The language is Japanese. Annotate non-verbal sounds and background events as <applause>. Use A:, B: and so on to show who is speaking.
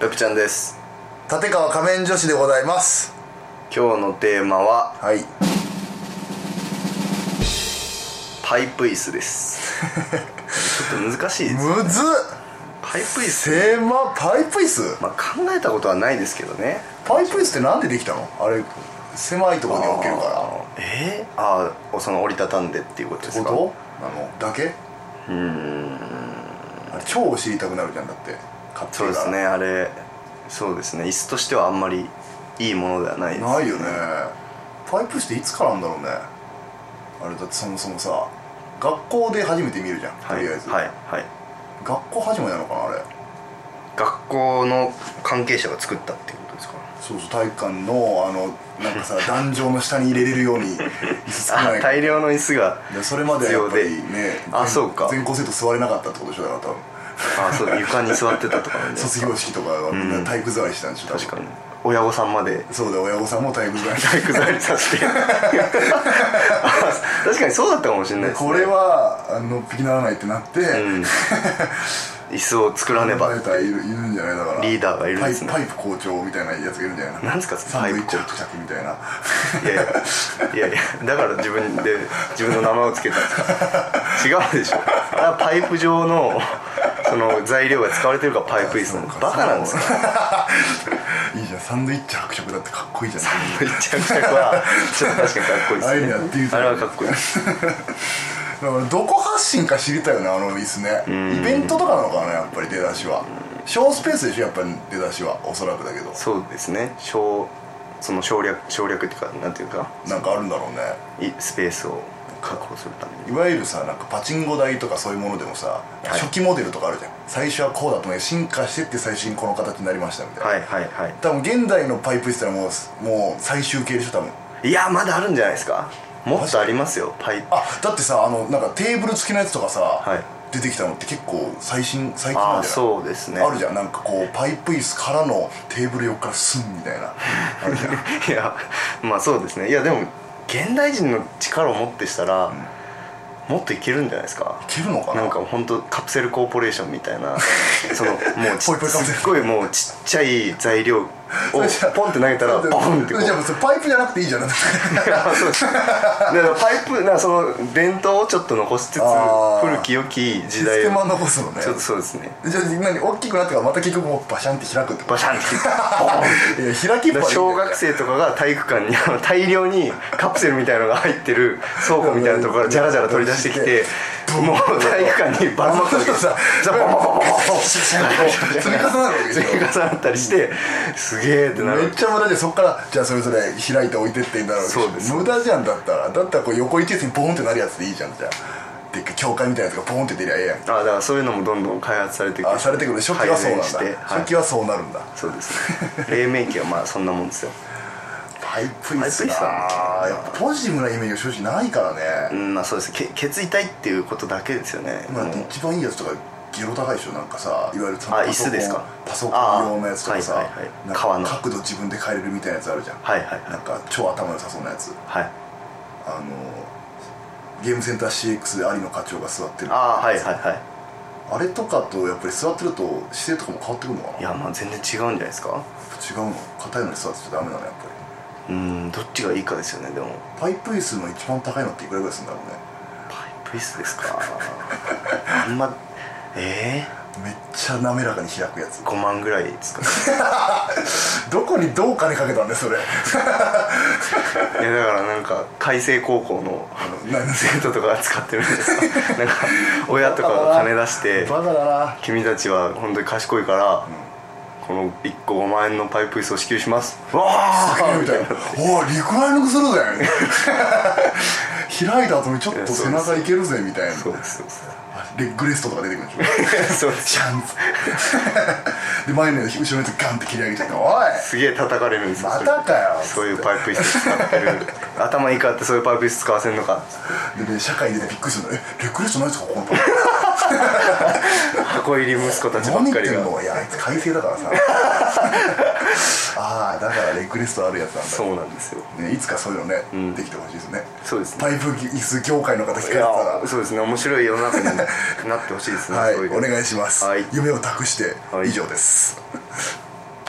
A: よくちゃんです
B: 立川仮面女子でございます
A: 今日のテーマは
B: はい
A: パイプ椅子ですちょっと難しいで
B: む
A: す
B: ず
A: パイプ椅
B: っ
A: 子、
B: 狭パイプ椅子
A: まあ、考えたことはないですけどね
B: パイプ椅子ってなんでできたのあれ狭いところに置けるから
A: あーえー、ああその折りたたんでっていうことですか
B: ことなのだけ
A: うーん
B: あれ超知りたくなるじゃんだって買って
A: そうですねあれそうですね椅子としてはあんまりいいものではないです
B: ないよねパイプ椅子っていつからなんだろうねあれだってそもそもさ学校で初めて見るじゃん、
A: は
B: と
A: い
B: りあ
A: は
B: え
A: い
B: ず、
A: はい
B: 学校始まりなのかなあれ
A: 学校の関係者が作ったっていうことですか
B: そうそう体育館のあのなんかさ壇上の下に入れれるように椅子少
A: あ
B: ない
A: 大量の椅子が
B: でそれまではやっぱりね
A: 必要であそうか
B: 全校生徒座れなかったってことでしょだから多分
A: あそう床に座ってたとか
B: <laughs>
A: なんで
B: 卒業式とかはみんな体育座りしたんでしょ、多分
A: 確かに親御さんまで
B: そうだ親御さんも体育座り
A: 体育座りさせて <laughs> 確かにそうだったかもしれないですね
B: これはあのっぴきならないってなって、
A: うん椅子を作らねば
B: 考えたらいるいるんじゃないだから
A: リーダーがいるんですね
B: パイパイプ校長みたいなやつがいるんじゃない
A: なんすか
B: サンドイッ
A: パ
B: チ
A: イ
B: の
A: プ
B: 試着みたいない
A: やいやいやいやだから自分で自分の名前をつけたんですよ違うでしょあれはパイプ状のその材料が使われてるからパイプ椅子なの
B: そうか
A: バカなんですよ
B: <laughs> いいじゃんサンドイッチ伯爵だってかっこいいじゃん
A: めちゃくちゃはちょっと確かにかっこいいですね
B: ああいうのやってみたい
A: あれはかっこいいです
B: だからどこ発信か知りたいよねあの椅子ねイベントとかなのかなやっぱり出だしは小スペースでしょやっぱり出だしはおそらくだけど
A: そうですね省その省略省略っていうかなんていうか
B: なんかあるんだろうね
A: いスペースを確保するために
B: いわゆるさなんかパチンコ台とかそういうものでもさ、
A: い
B: 初期モデルとかあるじゃん最初はこうだとね進化してって最新この形になりましたみたいな、
A: はいはいは
B: 多分現代のパイプ椅子ってのはもうもう最終形でしょ多分
A: いいやまだあるんじゃないですかもっとありますよパイプ
B: あだってさあのなんかテーブル付きのやつとかさ、
A: い
B: 出てきたのって結構最新最近
A: あ
B: なん
A: あ
B: じゃない
A: そうですね
B: あるじゃんなんかこうパイプ椅子からのテーブル横からスンみたいなある
A: <laughs> い
B: じゃん
A: やまあそうですねいやでも現代人の力を持ってしたら、もっといけるんじゃないですか
B: いけるのかな
A: なんか本当カプセルコーポレーションみたい
B: <laughs>
A: なそのもうち
B: ぽいぽいカプセル
A: すっごいもうちっちゃい材料をポンって投げた
B: <laughs>
A: らボンってこう
B: じゃあもうそれパイプじゃなくていい
A: <laughs>
B: じゃん
A: あそう <laughs> ですだからパイプなんかその伝統をちょっと残しつつ
B: あー
A: 古き良き時
B: シ
A: 代
B: ステマ
A: を
B: 残すのね
A: ちょっとそうですね
B: じゃあ何大きくなってからまた結局もうバシャンって開くってこ
A: バシャンってボンって
B: <laughs> といや開きっぱでいい
A: だ
B: んだよ
A: から小学生とかが体育館にあの大量にカプセルみたいのが入ってる倉庫みたいなところからジャラジャラ取り出してきてもう体育館にばらまく
B: そ
A: わ
B: う
A: けです
B: さ
A: じゃあボンボンボンボンボン
B: <laughs> 積み重なるわけでしょ
A: 積み重なったりしてすげえってな
B: めっ
A: る
B: ちゃ無駄でそっからじゃあそれぞれ開いて置いてってんだろうけど
A: そうです
B: 無駄じゃんだったらだったらこう横一列にボーンってなるやつでいいじゃんじゃあでっかい教会みたいなやつがボーンって出りゃええやん
A: あだからそういうのもどんどん開発されてく
B: あされてくる初期はそうなん
A: 改善
B: だ
A: してはい
B: 初期はそうなるんだ
A: そうですね黎明期はまあそんなもんですよ
B: パイプ椅子
A: パイプ椅子だ
B: なやっぱポジティブなイメージが正直ないから
A: う
B: ね
A: んまあそうですけケツ痛いっていうことだけですよね
B: 今だって一番いいやつとかゲロ高いでしょなんかさいわゆるその
A: あ
B: パソ
A: 椅
B: コン
A: 子ですか
B: パソコン用のやつとか
A: あー
B: さ
A: はいはいはい
B: なんか
A: 革の
B: 角度自分で変えれるみたいなやつあるじゃん
A: はいはいはい
B: なんか超頭良さそうなやつ
A: はい
B: あのゲームセンター CX で有野課長が座ってる
A: ああはいはいはい
B: あれとかとやっぱり座ってると姿勢とかも変わってくるのかない
A: やまあ全然違うんじゃないですか
B: 違うの硬いのに座ってちゃダメなのやっぱり
A: うんどっちがいいかですよねでも
B: パイプ椅子の一番高いのっていくらぐらいするんだろうね
A: パイプ椅子ですか <laughs> あんまえ
B: めっちゃ滑らかに開くやつ
A: え5万ぐらいですかね
B: <laughs> どこにどう金かけたんだよそれ
A: いやだからなんか開成高校の
B: <laughs> 何
A: 生徒とかが使ってるんです <laughs> かなんか親とかが金出して
B: バカだな
A: 君たちは本当に賢いから、この1個5万円のパイプ椅子を支給しますわあ
B: みたいな <laughs> おいリクライニングす <laughs> るぜ開いた後にちょっと背中いけるぜみたいな
A: そうですそうです
B: レッグレストとか出てくるでし
A: そ
B: ょ
A: うです
B: <laughs> シャン <laughs> ツで前のやつ後ろのやつガンって切り上げちゃうからおい
A: すげえ叩かれるんですよ
B: またかよ
A: そういうパイプ椅子使ってる頭いいかってそういうパイプ椅子使わせんのか
B: でね社会に出てびっくりするのえレッグレストないですかここのパン
A: 箱入り息子たちば
B: 何
A: っ
B: 言
A: か
B: っ
A: り
B: てん
A: が
B: のいやあいつ改正だ <laughs> からさああだからレッグレストあるやつなんだ
A: そうなんですよ
B: ね、いつかそういうのね、できてほしいですね
A: そうですね
B: パイプ椅子業界の方聞かれ
A: い
B: たら
A: やそうですね面白い世の中になってほしいですね
B: はい
A: そういう
B: お願いします、
A: はい
B: 夢を託して、
A: はい
B: 以上です